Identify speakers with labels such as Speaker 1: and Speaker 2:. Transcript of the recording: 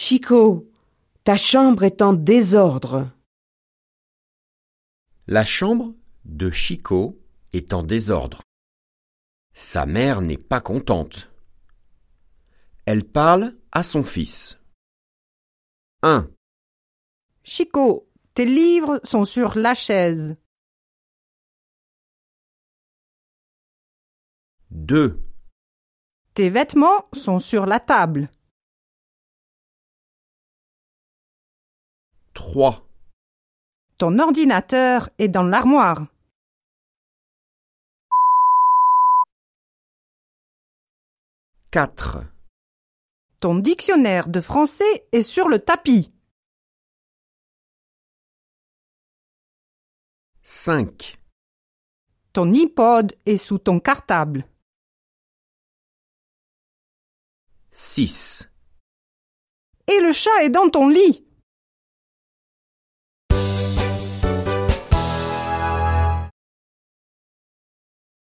Speaker 1: Chicot, ta chambre est en désordre.
Speaker 2: La chambre de Chicot est en désordre. Sa mère n'est pas contente. Elle parle à son fils. 1,
Speaker 3: Chico, tes livres sont sur la chaise.
Speaker 2: 2,
Speaker 3: Tes vêtements sont sur la table.
Speaker 2: 3,
Speaker 3: Ton ordinateur est dans l'armoire.
Speaker 2: 4,
Speaker 3: Ton dictionnaire de français est sur le tapis.
Speaker 2: 5,
Speaker 3: Ton iPod est sous ton cartable.
Speaker 2: 6.
Speaker 3: Et le chat est dans ton lit.